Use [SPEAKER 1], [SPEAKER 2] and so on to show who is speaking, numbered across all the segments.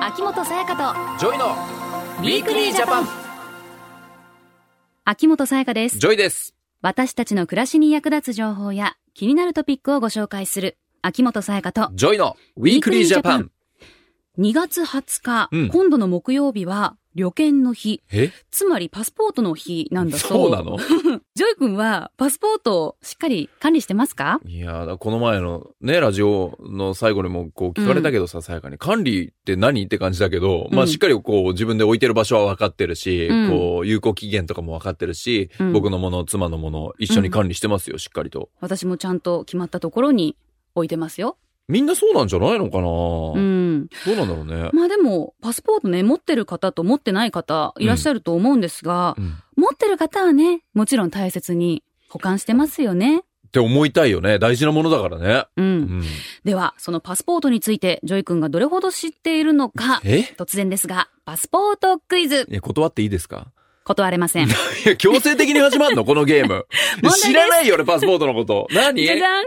[SPEAKER 1] 秋元さやかと
[SPEAKER 2] ジョイのウィークリージャパン
[SPEAKER 1] 秋元さやかです
[SPEAKER 2] ジョイです
[SPEAKER 1] 私たちの暮らしに役立つ情報や気になるトピックをご紹介する秋元さやかと
[SPEAKER 2] ジョイのウィークリージャパン
[SPEAKER 1] 2月20日、
[SPEAKER 2] うん
[SPEAKER 1] 今度の木曜日は旅券の日
[SPEAKER 2] え
[SPEAKER 1] つまりパスポートの日なんだそう
[SPEAKER 2] そうなの
[SPEAKER 1] ジョイ君はパスポートをしっかり管理してますか
[SPEAKER 2] いやーだこの前のねラジオの最後にもこう聞かれたけどささやかに管理って何って感じだけど、
[SPEAKER 1] うん
[SPEAKER 2] まあしっかりこう自分で置いてる場所は分かってるし、
[SPEAKER 1] うん
[SPEAKER 2] こう有効期限とかも分かってるし、
[SPEAKER 1] うん
[SPEAKER 2] 僕のもの妻のもの一緒に管理してますよ、しっかりと
[SPEAKER 1] 私もちゃんと決まったところに置いてますよ。
[SPEAKER 2] みんなそうなんじゃないのかな、
[SPEAKER 1] うん。
[SPEAKER 2] どうなんだろうね、
[SPEAKER 1] まあでも、パスポートね、持ってる方と持ってない方いらっしゃると思うんですが、
[SPEAKER 2] うん
[SPEAKER 1] 持ってる方はね、もちろん大切に保管してますよね。
[SPEAKER 2] って思いたいよね大事なものだからね、
[SPEAKER 1] うん。
[SPEAKER 2] うん、
[SPEAKER 1] では、そのパスポートについて、ジョイ君がどれほど知っているのか、
[SPEAKER 2] え
[SPEAKER 1] 突然ですが、パスポートクイズ、
[SPEAKER 2] いや断っていいですか
[SPEAKER 1] 断れません。じ
[SPEAKER 2] いや、 強制的に始まんのこのゲーム
[SPEAKER 1] 問題で。す
[SPEAKER 2] 知らないよね、パスポートのこと。何
[SPEAKER 1] ゃじゃん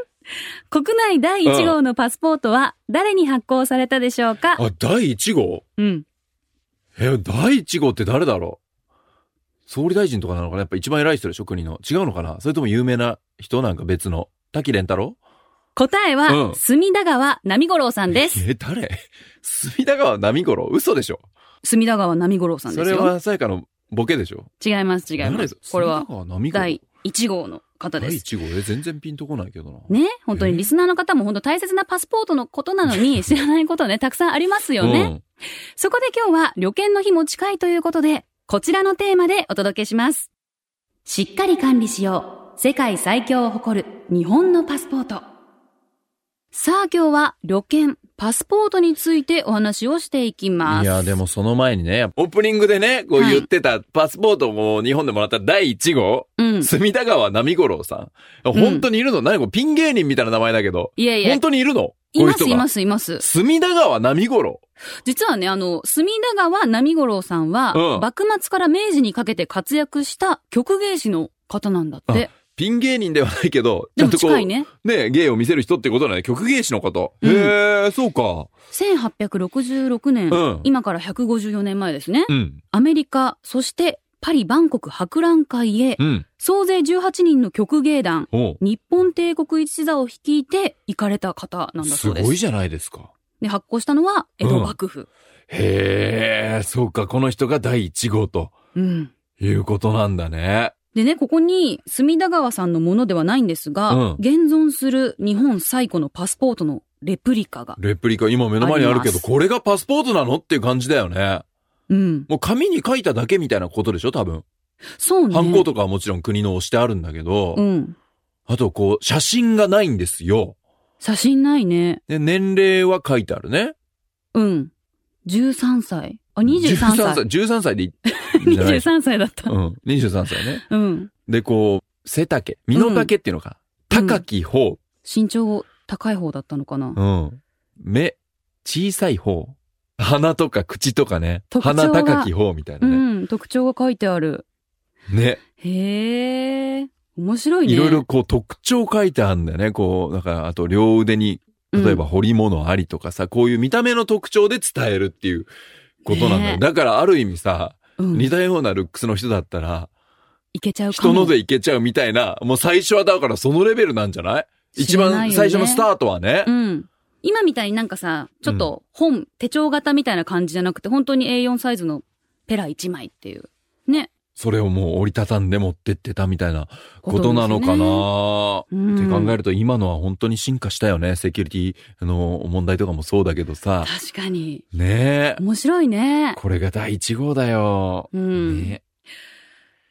[SPEAKER 1] 国内第1号のパスポートは誰に発行されたでしょうか
[SPEAKER 2] あ、第1号
[SPEAKER 1] うん。
[SPEAKER 2] え、第1号って誰だろう総理大臣とかなのかなやっぱ一番偉い人でしょ国の。違うのかなそれとも有名な人なんか別の。滝蓮太郎
[SPEAKER 1] 答えは、
[SPEAKER 2] うん
[SPEAKER 1] 隅田川波五郎さんです。
[SPEAKER 2] え、誰隅田川波五郎嘘でしょ
[SPEAKER 1] 隅田川波五郎さんで
[SPEAKER 2] そ
[SPEAKER 1] す
[SPEAKER 2] れ
[SPEAKER 1] よ。
[SPEAKER 2] はさやかのボケでしょ
[SPEAKER 1] 違います、違いま
[SPEAKER 2] 誰
[SPEAKER 1] す。これは
[SPEAKER 2] 隅田川波五郎
[SPEAKER 1] 第1号の方で
[SPEAKER 2] 第
[SPEAKER 1] す。
[SPEAKER 2] 1号え、全然ピンとこないけどな。
[SPEAKER 1] ね本当にリスナーの方も本当大切なパスポートのことなのに知らないことね、たくさんありますよね。
[SPEAKER 2] うん
[SPEAKER 1] そこで今日は旅券の日も近いということで、こちらのテーマでお届けします。しっかり管理しよう。世界最強を誇る日本のパスポート。さあ今日は旅券、パスポートについてお話をしていきます。
[SPEAKER 2] いや、でもその前にね、オープニングでね、こう
[SPEAKER 1] はい
[SPEAKER 2] 言ってた、パスポートを日本でもらった第1号、
[SPEAKER 1] うん。
[SPEAKER 2] 隅田川波五郎さん。本当にいるの、何これピン芸人みたいな名前だけど。
[SPEAKER 1] いやいや
[SPEAKER 2] 本、当にいるのこう
[SPEAKER 1] い
[SPEAKER 2] いう
[SPEAKER 1] ま
[SPEAKER 2] 人
[SPEAKER 1] す
[SPEAKER 2] が
[SPEAKER 1] いますいます。
[SPEAKER 2] 隅田川波五郎。
[SPEAKER 1] 実はね、あの、隅田川波五郎さんは、
[SPEAKER 2] うん
[SPEAKER 1] 幕末から明治にかけて活躍した曲芸師の方なんだって。
[SPEAKER 2] ピン芸人ではないけど、
[SPEAKER 1] でも
[SPEAKER 2] こう、
[SPEAKER 1] 近いね。
[SPEAKER 2] ね、芸を見せる人ってことだね。曲芸師の方。
[SPEAKER 1] うん
[SPEAKER 2] へえ、そうか。
[SPEAKER 1] 1866年、
[SPEAKER 2] うん
[SPEAKER 1] 今から154年前ですね。
[SPEAKER 2] うん。
[SPEAKER 1] アメリカ、そしてパリ万国博覧会へ、
[SPEAKER 2] うん。
[SPEAKER 1] 総勢18人の曲芸団、
[SPEAKER 2] おう
[SPEAKER 1] 日本帝国一座を率いて行かれた方なんだ
[SPEAKER 2] す
[SPEAKER 1] そうで
[SPEAKER 2] ごい
[SPEAKER 1] す。
[SPEAKER 2] じゃないですか。
[SPEAKER 1] で、発行したのは江戸幕府。
[SPEAKER 2] へえ、そうか。この人が第1号と
[SPEAKER 1] うん。
[SPEAKER 2] いうことなんだね。
[SPEAKER 1] でね、ここに隅田川さんのものではないんですが、
[SPEAKER 2] うん
[SPEAKER 1] 現存する日本最古のパスポートのレプリカが。
[SPEAKER 2] レプリカ、今目の前にあるけ
[SPEAKER 1] ありま
[SPEAKER 2] ど、
[SPEAKER 1] す
[SPEAKER 2] これがパスポートなのっていう感じだよね。
[SPEAKER 1] うん。
[SPEAKER 2] もう紙に書いただけみたいなことでしょ多分。
[SPEAKER 1] そうね。
[SPEAKER 2] ハンコとかはもちろん国の押してあるんだけど、
[SPEAKER 1] うん。
[SPEAKER 2] あとこう、写真がないんですよ。
[SPEAKER 1] 写真ないね。
[SPEAKER 2] で、年齢は書いてあるね。
[SPEAKER 1] うん。13歳。あ、23歳。
[SPEAKER 2] 歳。13歳でいいじゃない
[SPEAKER 1] 23歳だった。
[SPEAKER 2] うん。23歳ね。
[SPEAKER 1] うん。
[SPEAKER 2] で、こう、背丈。身の丈っていうの
[SPEAKER 1] う
[SPEAKER 2] か。
[SPEAKER 1] ん
[SPEAKER 2] 高き方。
[SPEAKER 1] 身長高い方だったのかな。
[SPEAKER 2] うん。目、小さい方。鼻とか口とかね。
[SPEAKER 1] 特徴が
[SPEAKER 2] 鼻高き方みたいうなね。
[SPEAKER 1] ん、特徴が書いてある。
[SPEAKER 2] ね。
[SPEAKER 1] へえ、面白いね。
[SPEAKER 2] いろいろこう特徴書いてあるんだよね。こう、だからあと両腕に、例えば
[SPEAKER 1] うん
[SPEAKER 2] 彫り物ありとかさ、こういう見た目の特徴で伝えるっていうことなんだよ。
[SPEAKER 1] ね
[SPEAKER 2] だからある意味さ、
[SPEAKER 1] うん
[SPEAKER 2] 似たようなルックスの人だったら、
[SPEAKER 1] いけちゃうかも。
[SPEAKER 2] 人のでいけちゃうみたいな、もう最初はだからそのレベルなんじゃない
[SPEAKER 1] 知
[SPEAKER 2] 一
[SPEAKER 1] らないよね
[SPEAKER 2] 番最初のスタートはね
[SPEAKER 1] う。ん。今みたいになんかさ、ちょっと本、手帳型みたいな感じじゃなくて、本当に A4 サイズのペラ1枚っていう。ね。
[SPEAKER 2] それをもう折りたたんで持ってってたみたいなことなのか
[SPEAKER 1] こ
[SPEAKER 2] な
[SPEAKER 1] とですね
[SPEAKER 2] って考
[SPEAKER 1] うん
[SPEAKER 2] えると今のは本当に進化したよね。セキュリティの問題とかもそうだけどさ。
[SPEAKER 1] 確かに。
[SPEAKER 2] ねえ。
[SPEAKER 1] 面白いね。
[SPEAKER 2] これが第1号だよ。
[SPEAKER 1] うん
[SPEAKER 2] ね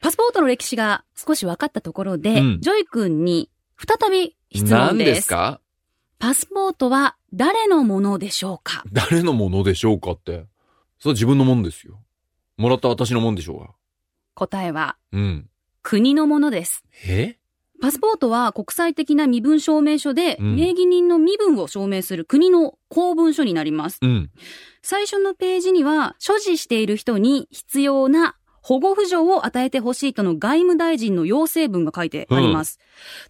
[SPEAKER 1] パスポートの歴史が少し分かったところで、
[SPEAKER 2] うん
[SPEAKER 1] ジョイ君に再び質問
[SPEAKER 2] 何
[SPEAKER 1] です。
[SPEAKER 2] ですか
[SPEAKER 1] パスポートは誰のものでしょうか
[SPEAKER 2] 誰のものでしょうかって。それは自分のもんですよ。もらった私のもんでしょうが。
[SPEAKER 1] 答えは
[SPEAKER 2] うん。
[SPEAKER 1] 国のものです。
[SPEAKER 2] え
[SPEAKER 1] パスポートは国際的な身分証明書で、
[SPEAKER 2] うん
[SPEAKER 1] 名義人の身分を証明する国の公文書になります。
[SPEAKER 2] うん。
[SPEAKER 1] 最初のページには、所持している人に必要な保護扶助を与えてほしいとの外務大臣の要請文が書いてあります。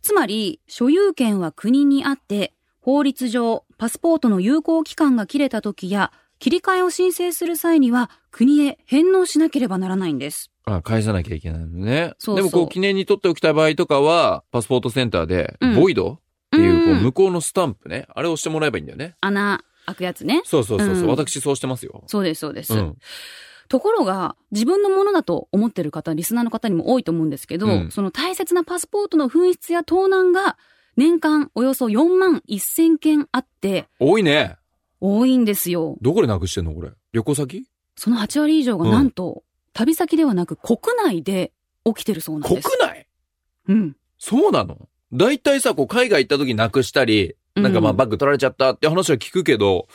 [SPEAKER 1] つまり、所有権は国にあって、法律上、パスポートの有効期間が切れた時や、切り替えを申請する際には国へ返納しなければならないんです。
[SPEAKER 2] あ、返さなきゃいけないのね。
[SPEAKER 1] そうそう
[SPEAKER 2] でもこう記念に取っておきたい場合とかは、パスポートセンターで
[SPEAKER 1] うん、
[SPEAKER 2] ボイドっていう、こ
[SPEAKER 1] ん
[SPEAKER 2] う、向こうのスタンプね。あれを押してもらえばいいんだよね。
[SPEAKER 1] 穴開くやつね。
[SPEAKER 2] そうそうそうそう
[SPEAKER 1] ん
[SPEAKER 2] う。私そうしてますよ。
[SPEAKER 1] そうです、そうです。
[SPEAKER 2] うん。
[SPEAKER 1] ところが、自分のものだと思ってる方、リスナーの方にも多いと思うんですけど、
[SPEAKER 2] うん
[SPEAKER 1] その大切なパスポートの紛失や盗難が、年間およそ4万1000件あって、
[SPEAKER 2] 多いね。
[SPEAKER 1] 多いんですよ。
[SPEAKER 2] どこでなくしてんのこれ。旅行先
[SPEAKER 1] その8割以上が
[SPEAKER 2] うん
[SPEAKER 1] なんと、旅先ではなく国内で起きてるそうなん
[SPEAKER 2] 国
[SPEAKER 1] です。
[SPEAKER 2] 内
[SPEAKER 1] うん。
[SPEAKER 2] そうなの大体さ、こう、海外行った時なくしたり、なんかまあ
[SPEAKER 1] う
[SPEAKER 2] バッグ取られちゃったって話は聞くけど、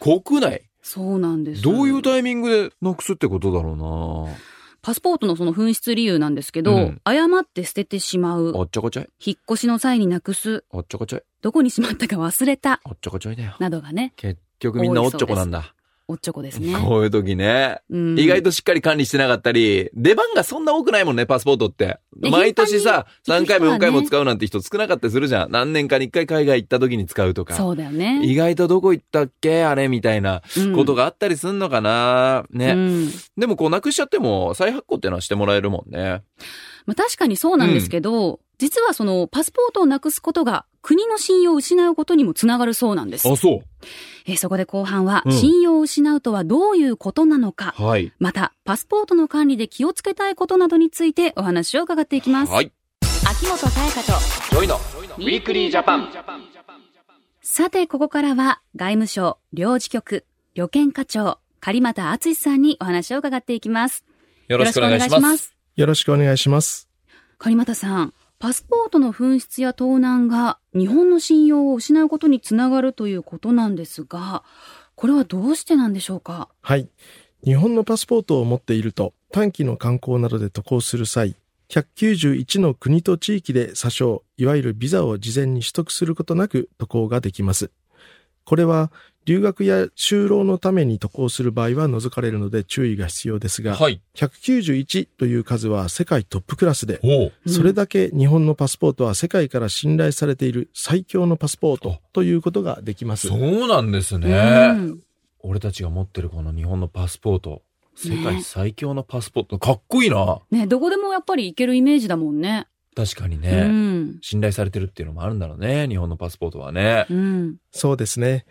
[SPEAKER 2] 国内
[SPEAKER 1] そうなんです。
[SPEAKER 2] どういうタイミングでなくすってことだろ
[SPEAKER 1] パスポートのその紛失理由なんですけど、
[SPEAKER 2] うん
[SPEAKER 1] 誤って捨ててしま
[SPEAKER 2] うなあ
[SPEAKER 1] う、
[SPEAKER 2] っちゃこちゃい。
[SPEAKER 1] 引っ越しの際になくす、
[SPEAKER 2] あっちゃこちゃい。
[SPEAKER 1] どこにしまったか忘れた、
[SPEAKER 2] あっちゃこちゃいだよ。
[SPEAKER 1] などがね、
[SPEAKER 2] 結局みんなおっちょこなんだ。
[SPEAKER 1] おっちょこですね。
[SPEAKER 2] こういう時ね。
[SPEAKER 1] うん
[SPEAKER 2] 意外としっかり管理してなかったり、出番がそんな多くないもんね、パスポートって。
[SPEAKER 1] で
[SPEAKER 2] 毎年さ、
[SPEAKER 1] 頻繁に
[SPEAKER 2] 3回も
[SPEAKER 1] 行く人はね
[SPEAKER 2] 4回も使うなんて人少なかったりするじゃん。何年かに1回海外行った時に使うとか。
[SPEAKER 1] そうだよね。
[SPEAKER 2] 意外とどこ行ったっけあれみたいなこと
[SPEAKER 1] が
[SPEAKER 2] があったりすんのかな、
[SPEAKER 1] う
[SPEAKER 2] ね。
[SPEAKER 1] ん
[SPEAKER 2] でもこうなくしちゃっても再発行ってのはしてもらえるもんね。
[SPEAKER 1] まあ、確かにそうなんですけど、実はそのパスポートをなくすことが国の信用を失うことにもつながるそうなんです。
[SPEAKER 2] そ
[SPEAKER 1] えーそこで後半は、
[SPEAKER 2] うん
[SPEAKER 1] 信用を失うとはどういうことなのか、
[SPEAKER 2] う。はい。
[SPEAKER 1] またパスポートの管理で気をつけたいことなどについてお話を伺っていきます。
[SPEAKER 2] はい。
[SPEAKER 1] 秋元彩香と
[SPEAKER 2] ジョイの、ウィークリージャパン。
[SPEAKER 1] さて、ここからは、外務省、領事局、旅券課長、狩俣敦さんにお話を伺っていきます。
[SPEAKER 2] よろしくお願いします。
[SPEAKER 1] す。
[SPEAKER 3] よろしくお願いします。
[SPEAKER 1] 狩俣さん、パスポートの紛失や盗難が、日本の信用を失うことにつながるということなんですが、これはどうしてなんでしょうか
[SPEAKER 3] はい。日本のパスポートを持っていると、短期の観光などで渡航する際、191の国と地域で詐称、いわゆるビザを事前に取得することなく渡航ができます。これは、留学や就労のために渡航する場合は除かれるので注意が必要ですが、
[SPEAKER 2] はい。
[SPEAKER 3] 191という数は世界トップクラスで、
[SPEAKER 2] おう。
[SPEAKER 3] それだけ日本のパスポートは世界から信頼されている最強のパスポートということができます。
[SPEAKER 2] うなんです
[SPEAKER 1] うん
[SPEAKER 2] 俺たちが持ってるこの日本のパスポート。
[SPEAKER 1] ね
[SPEAKER 2] 世界最強のパスポート。かっこいいな。
[SPEAKER 1] ね、どこでもやっぱり行けるイメージだもんね。
[SPEAKER 2] 確かにね。
[SPEAKER 1] うん。
[SPEAKER 2] 信頼されてるっていうのもあるんだろうね。日本のパスポートはね。
[SPEAKER 1] うん。
[SPEAKER 3] そうですね。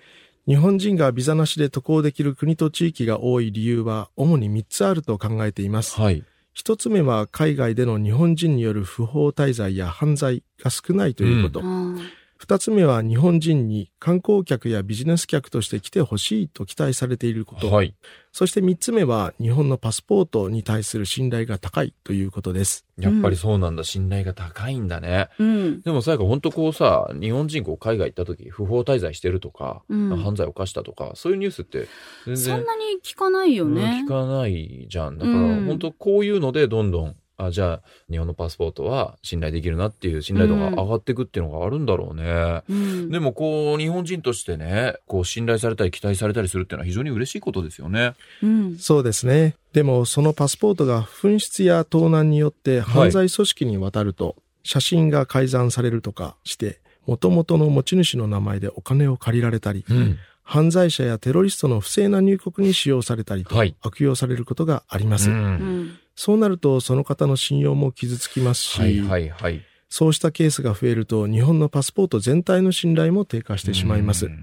[SPEAKER 3] 日本人がビザなしで渡航できる国と地域が多い理由は主に3つあると考えています。
[SPEAKER 2] はい。
[SPEAKER 3] 1つ目は海外での日本人による不法滞在や犯罪が少ないということ。
[SPEAKER 1] あ
[SPEAKER 3] 二
[SPEAKER 1] ー
[SPEAKER 3] 2つ目は日本人に観光客やビジネス客として来てほしいと期待されていること。
[SPEAKER 2] はい。
[SPEAKER 3] そして3つ目は日本のパスポートに対する信頼が高いということです。
[SPEAKER 2] やっぱりそうなんだ。信頼が高いんだね。
[SPEAKER 1] うん。
[SPEAKER 2] でもさやか本当こうさ、日本人こう海外行った時、不法滞在してるとか、
[SPEAKER 1] うん
[SPEAKER 2] 犯罪を犯したとか、そういうニュースって全
[SPEAKER 1] そん
[SPEAKER 2] 然
[SPEAKER 1] なに聞かないよ
[SPEAKER 2] う
[SPEAKER 1] ね
[SPEAKER 2] ん聞。かないじゃん。だから
[SPEAKER 1] うん
[SPEAKER 2] 本当こういうのでどんどん、あ、じゃあ日本のパスポートは信頼できるなっていう信頼度が上がっていくっていうのがあるんだろうね。
[SPEAKER 1] うん
[SPEAKER 2] でもこう、日本人としてね、こう信頼されたり期待されたりするっていうのは非常に嬉しいことですよね。
[SPEAKER 1] うん。
[SPEAKER 3] そうですね。でも、そのパスポートが紛失や盗難によって犯罪組織に渡ると、写真が改ざんされるとかして、元々の持ち主の名前でお金を借りられたり、
[SPEAKER 2] うん。
[SPEAKER 3] 犯罪者やテロリストの不正な入国に使用されたりと、
[SPEAKER 2] はい
[SPEAKER 3] 悪用されることがあります。
[SPEAKER 1] うん
[SPEAKER 3] そうなると、その方の信用も傷つきますし、
[SPEAKER 2] はいはいはい。
[SPEAKER 3] そうしたケースが増えると、日本のパスポート全体の信頼も低下してしまいま
[SPEAKER 2] う
[SPEAKER 3] す。
[SPEAKER 2] ん
[SPEAKER 1] うん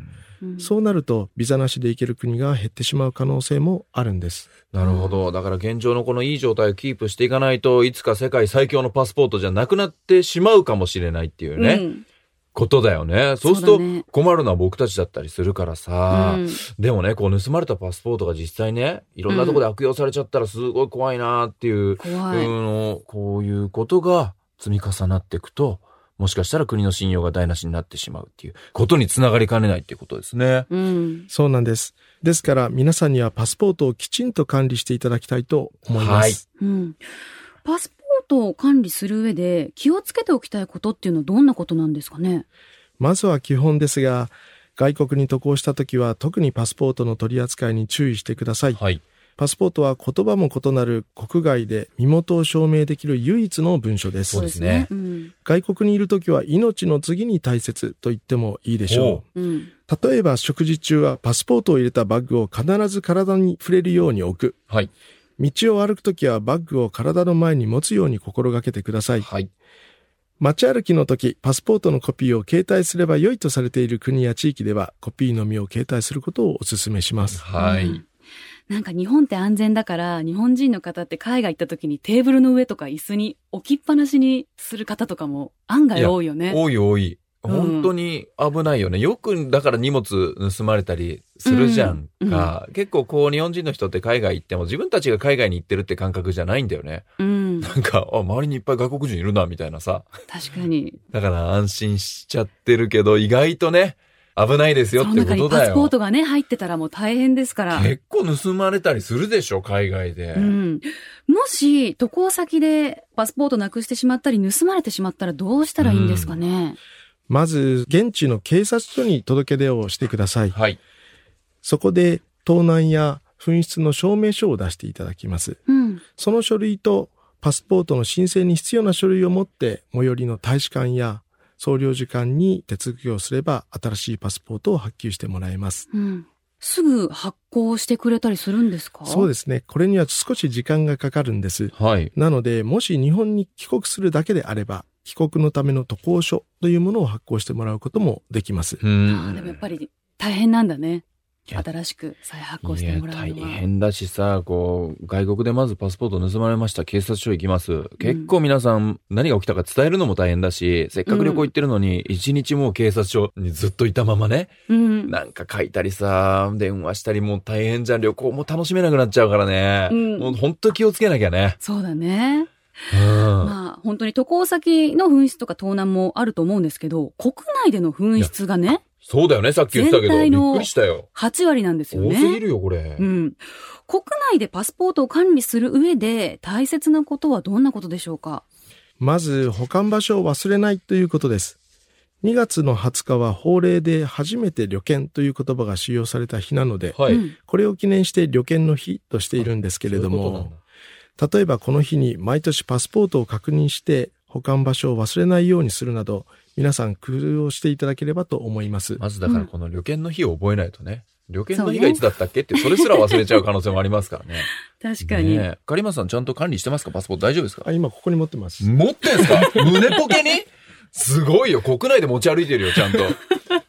[SPEAKER 3] そうなると、ビザなしで行ける国が減ってしまう可能性もあるんです。
[SPEAKER 2] なるほど。だから現状のこのいい状態をキープしていかないといつか世界最強のパスポートじゃなくなってしまうかもしれないっていうね、
[SPEAKER 1] うん
[SPEAKER 2] ことだよね。そうする
[SPEAKER 1] そうだね
[SPEAKER 2] と困るのは僕たちだったりするからさ。
[SPEAKER 1] うん
[SPEAKER 2] でもね、こう盗まれたパスポートが実際ね、いろんなとこで悪用されちゃったらすごい怖いなっていう、う
[SPEAKER 1] 怖い。
[SPEAKER 2] のこういうことが積み重なっていくと、もしかしたら国の信用が台無しになってしまうっていうことにつながりかねないっていうことですね。
[SPEAKER 1] うん。
[SPEAKER 3] そうなんです。ですから皆さんにはパスポートをきちんと管理していただきたいと思います。
[SPEAKER 1] うん。パスポートを管理する上で気をつけておきたいことっていうのはどんなことなんですかね
[SPEAKER 3] まずは基本ですが、外国に渡航した時は特にパスポートの取り扱いに注意してください。
[SPEAKER 2] はい。
[SPEAKER 3] パスポートは言葉も異なる国外で身元を証明できる唯一の文書です
[SPEAKER 2] そう。ですね
[SPEAKER 1] そうですね。
[SPEAKER 3] 外国にいる時は命の次に大切と言ってもいいでしょう。
[SPEAKER 1] うん。うん。
[SPEAKER 3] 例えば食事中はパスポートを入れたバッグを必ず体に触れるように置く。
[SPEAKER 2] はい。
[SPEAKER 3] 道を歩くときはバッグを体の前に持つように心がけてください。
[SPEAKER 2] はい。
[SPEAKER 3] 街歩きの時、パスポートのコピーを携帯すれば良いとされている国や地域では、コピーのみを携帯することをお勧めします。
[SPEAKER 2] は
[SPEAKER 1] う
[SPEAKER 2] い
[SPEAKER 1] ん。なんか日本って安全だから、日本人の方って海外行った時にテーブルの上とか椅子に置きっぱなしにする方とかも案外多いよね。
[SPEAKER 2] 多い多い。
[SPEAKER 1] うん
[SPEAKER 2] 本当に危ないよね。よく、だから荷物盗まれたりするじゃんか。結構こう、日本人の人って海外行っても自分たちが海外に行ってるって感覚じゃないんだよね。
[SPEAKER 1] うん。
[SPEAKER 2] なんか、あ、周りにいっぱい外国人いるな、みたいなさ。
[SPEAKER 1] 確かに。
[SPEAKER 2] だから安心しちゃってるけど、意外とね、危ないですよ
[SPEAKER 1] そ
[SPEAKER 2] っ
[SPEAKER 1] の中
[SPEAKER 2] てこと
[SPEAKER 1] に
[SPEAKER 2] だ
[SPEAKER 1] パスポー
[SPEAKER 2] よ。
[SPEAKER 1] トがね、入ってたらもう大変ですから。
[SPEAKER 2] 結構盗まれたりするでしょ、海外で。
[SPEAKER 1] うん。もし、渡航先でパスポートなくしてしまったり、盗まれてしまったらどうしたらいいんですかね。
[SPEAKER 3] まず、現地の警察署に届け出をしてください。
[SPEAKER 2] はい。
[SPEAKER 3] そこで、盗難や紛失の証明書を出していただきます。
[SPEAKER 1] うん。
[SPEAKER 3] その書類とパスポートの申請に必要な書類を持って、最寄りの大使館や総領事館に手続きをすれば、新しいパスポートを発給してもらえます。
[SPEAKER 1] うん。すぐ発行してくれたりするんですか
[SPEAKER 3] そう
[SPEAKER 1] で
[SPEAKER 3] ですね。これには少し時間がかかるんです。
[SPEAKER 2] はい。
[SPEAKER 3] なので、もし日本に帰国するだけであれば、帰国のための渡航書というものを発行してもらうこともできます。
[SPEAKER 2] う
[SPEAKER 1] ああ、でもやっ
[SPEAKER 2] ん。
[SPEAKER 1] ぱり大変なんだね。
[SPEAKER 2] いや
[SPEAKER 1] 新しく再発行し
[SPEAKER 2] い
[SPEAKER 1] て
[SPEAKER 2] や
[SPEAKER 1] もらう
[SPEAKER 2] 大
[SPEAKER 1] のは。
[SPEAKER 2] 変だしさ、こう、外国でまずパスポート盗まれました、警察署行きます。結構皆さん、何が起きたか伝えるのも大変だし、せっかく旅行行ってるのに、一日もう警察署にずっといたままね、
[SPEAKER 1] うん。
[SPEAKER 2] なんか書いたりさ、電話したりもう大変じゃん、旅行も楽しめなくなっちゃうからね。
[SPEAKER 1] うん
[SPEAKER 2] もう本当気をつけなきゃね。
[SPEAKER 1] そうだね。
[SPEAKER 2] うん。
[SPEAKER 1] まあ、本当に渡航先の紛失とか盗難もあると思うんですけど、国内での紛失がね、
[SPEAKER 2] そうだよね、さっき言ってたけど。
[SPEAKER 1] 全体
[SPEAKER 2] び
[SPEAKER 1] の
[SPEAKER 2] っくりしたよ。
[SPEAKER 1] 8割なんですよ
[SPEAKER 2] 多
[SPEAKER 1] ね。
[SPEAKER 2] すぎるよ、これ
[SPEAKER 1] う。ん。国内でパスポートを管理する上で大切なことはどんなことでしょうか
[SPEAKER 3] まず、保管場所を忘れないということです。2月の20日は法令で初めて旅券という言葉が使用された日なので、
[SPEAKER 2] はい。
[SPEAKER 1] うん
[SPEAKER 3] これを記念して旅券の日としているんですけれ
[SPEAKER 2] そ
[SPEAKER 3] ど
[SPEAKER 2] ういうことなん
[SPEAKER 3] も
[SPEAKER 2] だ、
[SPEAKER 3] 例えばこの日に毎年パスポートを確認して保管場所を忘れないようにするなど、皆さん工夫をしていただければと思います。
[SPEAKER 2] まずだからこの旅券の日を覚えないとね。旅券の日がいつだったっけって、それすら忘れちゃう可能性もありますから ね。
[SPEAKER 1] 確かに。
[SPEAKER 2] ねえ。カリマさんちゃんと管理してますかパスポート大丈夫ですか
[SPEAKER 3] あ、今ここに持ってます。
[SPEAKER 2] 持ってんす か胸ポケにすごいよ。国内で持ち歩いてるよ、ち ゃんと。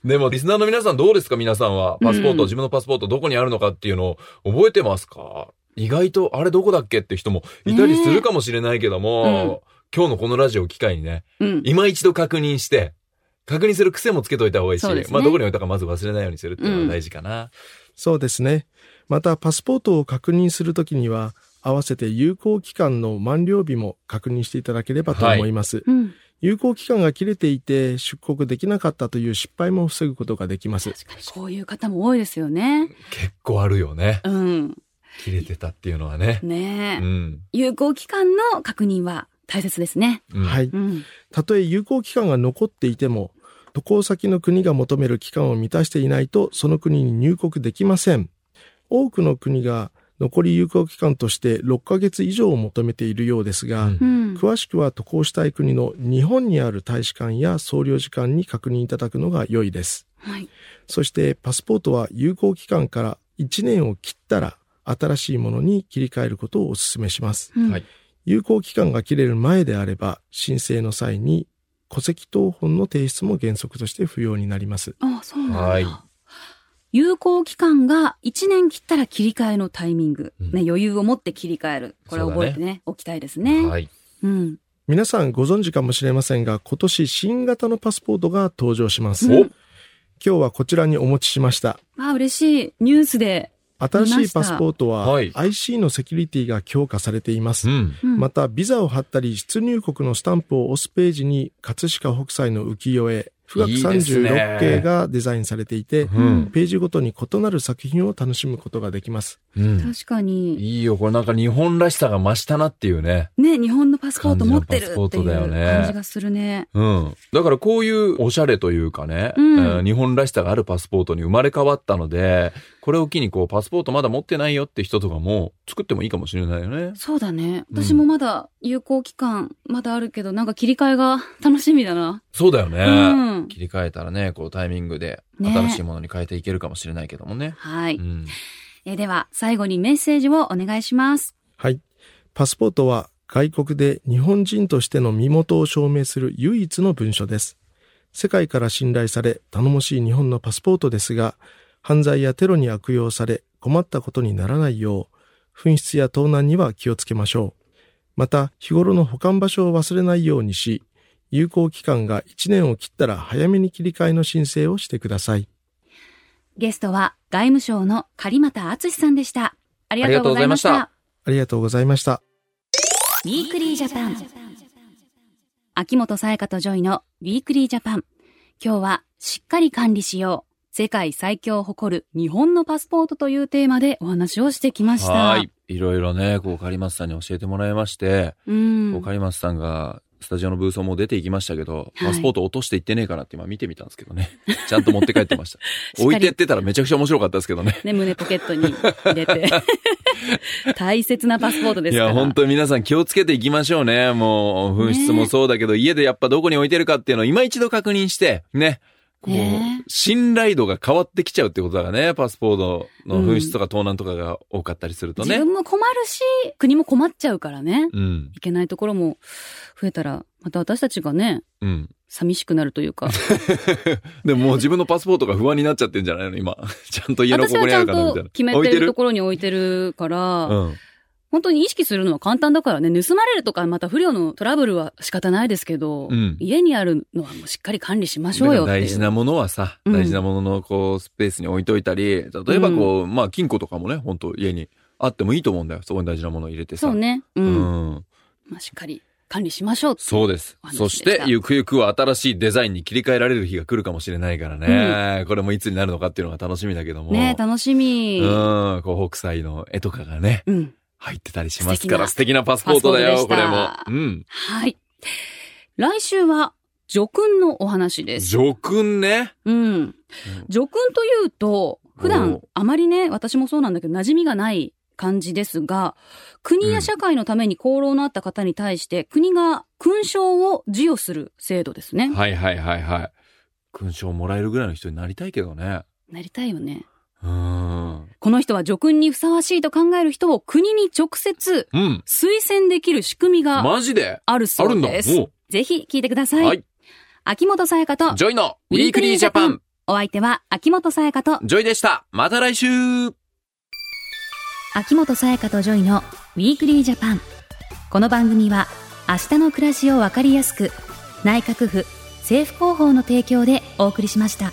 [SPEAKER 2] でも、リスナーの皆さんどうですか皆さんは。パスポート、
[SPEAKER 1] うん
[SPEAKER 2] 自分のパスポートどこにあるのかっていうのを覚えてますか意外と、あれどこだっけって人もいたりするかもしれないけども、今日のこのラジオを機会にね、
[SPEAKER 1] うん。
[SPEAKER 2] 今一度確認して、確認する癖もつけといた方がいいし、
[SPEAKER 1] そうですね
[SPEAKER 2] まあどこに置いたかまず忘れないようにするっていうのが大事かな。
[SPEAKER 3] そうですね。また、パスポートを確認するときには、合わせて有効期間の満了日も確認していただければと思います。
[SPEAKER 1] うん。
[SPEAKER 3] 有効期間が切れていて、出国できなかったという失敗も防ぐことができます。
[SPEAKER 1] 確かにこういう方も多いですよね。
[SPEAKER 2] 結構あるよね。
[SPEAKER 1] うん。
[SPEAKER 2] 切れてたっていうのはね。う
[SPEAKER 1] ねえ。
[SPEAKER 2] ん。
[SPEAKER 1] 有効期間の確認は大切ですね。
[SPEAKER 2] うん
[SPEAKER 3] はい。
[SPEAKER 1] うん。
[SPEAKER 3] たとえ有効期間が残っていても、渡航先の国が求める期間を満たしていないと、その国に入国できません。多くの国が残り有効期間として6ヶ月以上を求めているようですが、
[SPEAKER 2] うん
[SPEAKER 1] うん。
[SPEAKER 3] 詳しくは渡航したい国の日本にある大使館や総領事館に確認いただくのが良いです。
[SPEAKER 1] はい。
[SPEAKER 3] そしてパスポートは有効期間から1年を切ったら新しいものに切り替えることをお勧めします。
[SPEAKER 1] うん
[SPEAKER 2] はい
[SPEAKER 3] 有効期間が切れる前であれば申請の際に戸籍謄本の提出も原則として不要になります。
[SPEAKER 1] あ、そうなんだ。
[SPEAKER 2] はい
[SPEAKER 1] 有効期間が1年切ったら切り替えのタイミング。
[SPEAKER 2] うん
[SPEAKER 1] ね、余裕を持って切り替える。これ
[SPEAKER 2] そうだね
[SPEAKER 1] 覚えてね、おきたいですね。
[SPEAKER 2] はい。
[SPEAKER 1] うん。
[SPEAKER 3] 皆さんご存知かもしれませんが今年新型のパスポートが登場します。
[SPEAKER 2] お
[SPEAKER 3] 今日はこちらにお持ちしました。
[SPEAKER 1] あ、嬉しい。ニュースで。
[SPEAKER 3] 新しいパスポートは
[SPEAKER 2] はい
[SPEAKER 3] IC のセキュリティが強化されています
[SPEAKER 2] う。ん。
[SPEAKER 1] うん
[SPEAKER 3] また、ビザを貼ったり、出入国のスタンプを押すページに、葛飾北斎の浮世絵、富岳
[SPEAKER 2] いいですね
[SPEAKER 3] 36景がデザインされていて、
[SPEAKER 2] うん
[SPEAKER 3] ページごとに異なる作品を楽しむことができます。
[SPEAKER 2] うん。
[SPEAKER 1] 確かに。
[SPEAKER 2] いいよ、これなんか日本らしさが増したなっていうね。
[SPEAKER 1] ね、日本のパスポート持ってる
[SPEAKER 2] 感
[SPEAKER 1] って
[SPEAKER 2] じ
[SPEAKER 1] い
[SPEAKER 2] の
[SPEAKER 1] う
[SPEAKER 2] パスポートだよね
[SPEAKER 1] 感じがするね。
[SPEAKER 2] うん。だからこういうおしゃれというかね、
[SPEAKER 1] うん
[SPEAKER 2] えー日本らしさがあるパスポートに生まれ変わったので、これを機にこう、パスポートまだ持ってないよって人とかも作ってもいいかもしれないよね。
[SPEAKER 1] そうだね。
[SPEAKER 2] うん
[SPEAKER 1] 私もまだ有効期間、まだあるけど、なんか切り替えが楽しみだな。
[SPEAKER 2] そうだよね。
[SPEAKER 1] うん
[SPEAKER 2] 切り替えたらね、こうタイミングで
[SPEAKER 1] ね
[SPEAKER 2] 新しいものに変えていけるかもしれないけどもね。
[SPEAKER 1] はい。
[SPEAKER 2] うん。
[SPEAKER 1] えーでは、最後にメッセージをお願いします。
[SPEAKER 3] はい。パスポートは外国で日本人としての身元を証明する唯一の文書です。世界から信頼され頼もしい日本のパスポートですが、犯罪やテロに悪用され困ったことにならないよう、紛失や盗難には気をつけましょう。また、日頃の保管場所を忘れないようにし、有効期間が1年を切ったら早めに切り替えの申請をしてください。
[SPEAKER 1] ゲストは、外務省の狩俣敦さんでした。ありがとうございまし
[SPEAKER 2] ありが
[SPEAKER 1] た。
[SPEAKER 3] ありがとうございました。
[SPEAKER 1] ウィークリージャパン。秋元才加とジョイのウィークリージャパン。今日は、しっかり管理しよう。世界最強を誇る日本のパスポートというテーマでお話をしてきました。
[SPEAKER 2] はーい。いろいろね、こう、カリマスさんに教えてもらいまして、
[SPEAKER 1] うん。
[SPEAKER 2] こう、カリマスさんが、スタジオのブースをもう出ていきましたけど、
[SPEAKER 1] はい
[SPEAKER 2] パスポート落としていってねえかなって今見てみたんですけどね。ちゃんと持って帰ってま した。
[SPEAKER 1] っかり
[SPEAKER 2] 置いてってたらめちゃくちゃ面白かったですけどね。
[SPEAKER 1] ね、胸ポケットに入れて。 大切なパスポートで
[SPEAKER 2] い
[SPEAKER 1] すから。
[SPEAKER 2] や、本当に皆さん気をつけていきましょうね。もう、紛失もそうだけど、家でやっぱどこに置いてるかっていうのを今一度確認して、ね。こう、
[SPEAKER 1] ね
[SPEAKER 2] 信頼度が変わってきちゃうってことだからね、パスポートの紛失とか盗難とかが多かったりすると
[SPEAKER 1] 自
[SPEAKER 2] ね。
[SPEAKER 1] 分も困るし、国も困っちゃうからね。
[SPEAKER 2] うん、
[SPEAKER 1] いけないところも増えたら、また私たちがね、
[SPEAKER 2] うん。
[SPEAKER 1] 寂しくなるというか。
[SPEAKER 2] でももう自分のパスポートが不安になっちゃってんじゃないの今。 ちゃんと家のこ
[SPEAKER 1] 私
[SPEAKER 2] こ
[SPEAKER 1] は
[SPEAKER 2] に
[SPEAKER 1] ちゃ
[SPEAKER 2] ある
[SPEAKER 1] ん
[SPEAKER 2] かなみ
[SPEAKER 1] と
[SPEAKER 2] たいな。
[SPEAKER 1] 決め
[SPEAKER 2] 置い
[SPEAKER 1] て
[SPEAKER 2] て
[SPEAKER 1] ると
[SPEAKER 2] る
[SPEAKER 1] ころに置いてるから、
[SPEAKER 2] うん。
[SPEAKER 1] 本当に意識するのは簡単だからね、盗まれるとか、また不慮のトラブルは仕方ないですけど、
[SPEAKER 2] うん
[SPEAKER 1] 家にあるのはもうしっかり管理しましょう
[SPEAKER 2] だ
[SPEAKER 1] よ
[SPEAKER 2] か
[SPEAKER 1] っ
[SPEAKER 2] ら
[SPEAKER 1] ていう。
[SPEAKER 2] 大事なものはさ、
[SPEAKER 1] うん
[SPEAKER 2] 大事なもののこうスペースに置いといたり、例えばこう、まあ金庫とかもね、本当家にあってもいいと思うんだよ。そこに大事なものを入れてさ。
[SPEAKER 1] そうね。う。
[SPEAKER 2] うんん。
[SPEAKER 1] まあ、しっかり管理しましょうっていう
[SPEAKER 2] そうです
[SPEAKER 1] お。話
[SPEAKER 2] そ
[SPEAKER 1] で
[SPEAKER 2] し
[SPEAKER 1] した
[SPEAKER 2] て、ゆくゆくは新しいデザインに切り替えられる日が来るかもしれないからね。これもいつになるのかっていうのが楽しみだけども。
[SPEAKER 1] ね楽しみ。
[SPEAKER 2] うん、こう北斎の絵とかがね、
[SPEAKER 1] うん。
[SPEAKER 2] 入ってたりしますから、素敵なパスポートだ
[SPEAKER 1] パスポ
[SPEAKER 2] よ、こ
[SPEAKER 1] ート
[SPEAKER 2] れ
[SPEAKER 1] で
[SPEAKER 2] も
[SPEAKER 1] した。
[SPEAKER 2] うん。
[SPEAKER 1] はい。来週は、叙勲のお話です。
[SPEAKER 2] 叙勲ね。
[SPEAKER 1] うん。叙勲というと、普段
[SPEAKER 2] お
[SPEAKER 1] あまりね、私もそうなんだけど、馴染みがない感じですが、国や社会のために功労のあった方に対して、国が勲章を授与する制度ですね。
[SPEAKER 2] はいはいはいはい。勲章もらえるぐらいの人になりたいけどね。
[SPEAKER 1] なりたいよね。
[SPEAKER 2] うん。
[SPEAKER 1] この人は叙勲にふさわしいと考える人を国に直接
[SPEAKER 2] うん。
[SPEAKER 1] 推薦できる仕組みが
[SPEAKER 2] マジで
[SPEAKER 1] ある
[SPEAKER 2] あ
[SPEAKER 1] そ
[SPEAKER 2] る
[SPEAKER 1] うん
[SPEAKER 2] だ。
[SPEAKER 1] です。
[SPEAKER 2] お
[SPEAKER 1] ぜひ聞いてくださ
[SPEAKER 2] う
[SPEAKER 1] い。
[SPEAKER 2] はい。
[SPEAKER 1] 秋元才加と
[SPEAKER 2] ジョイのウィークリージャパン。
[SPEAKER 1] お相手は秋元才加と
[SPEAKER 2] ジョイでした。また来週
[SPEAKER 1] 秋元才加とジョイのウィークリージャパンこの番組は明日の暮らしをわかりやすく内閣府政府広報の提供でお送りしました。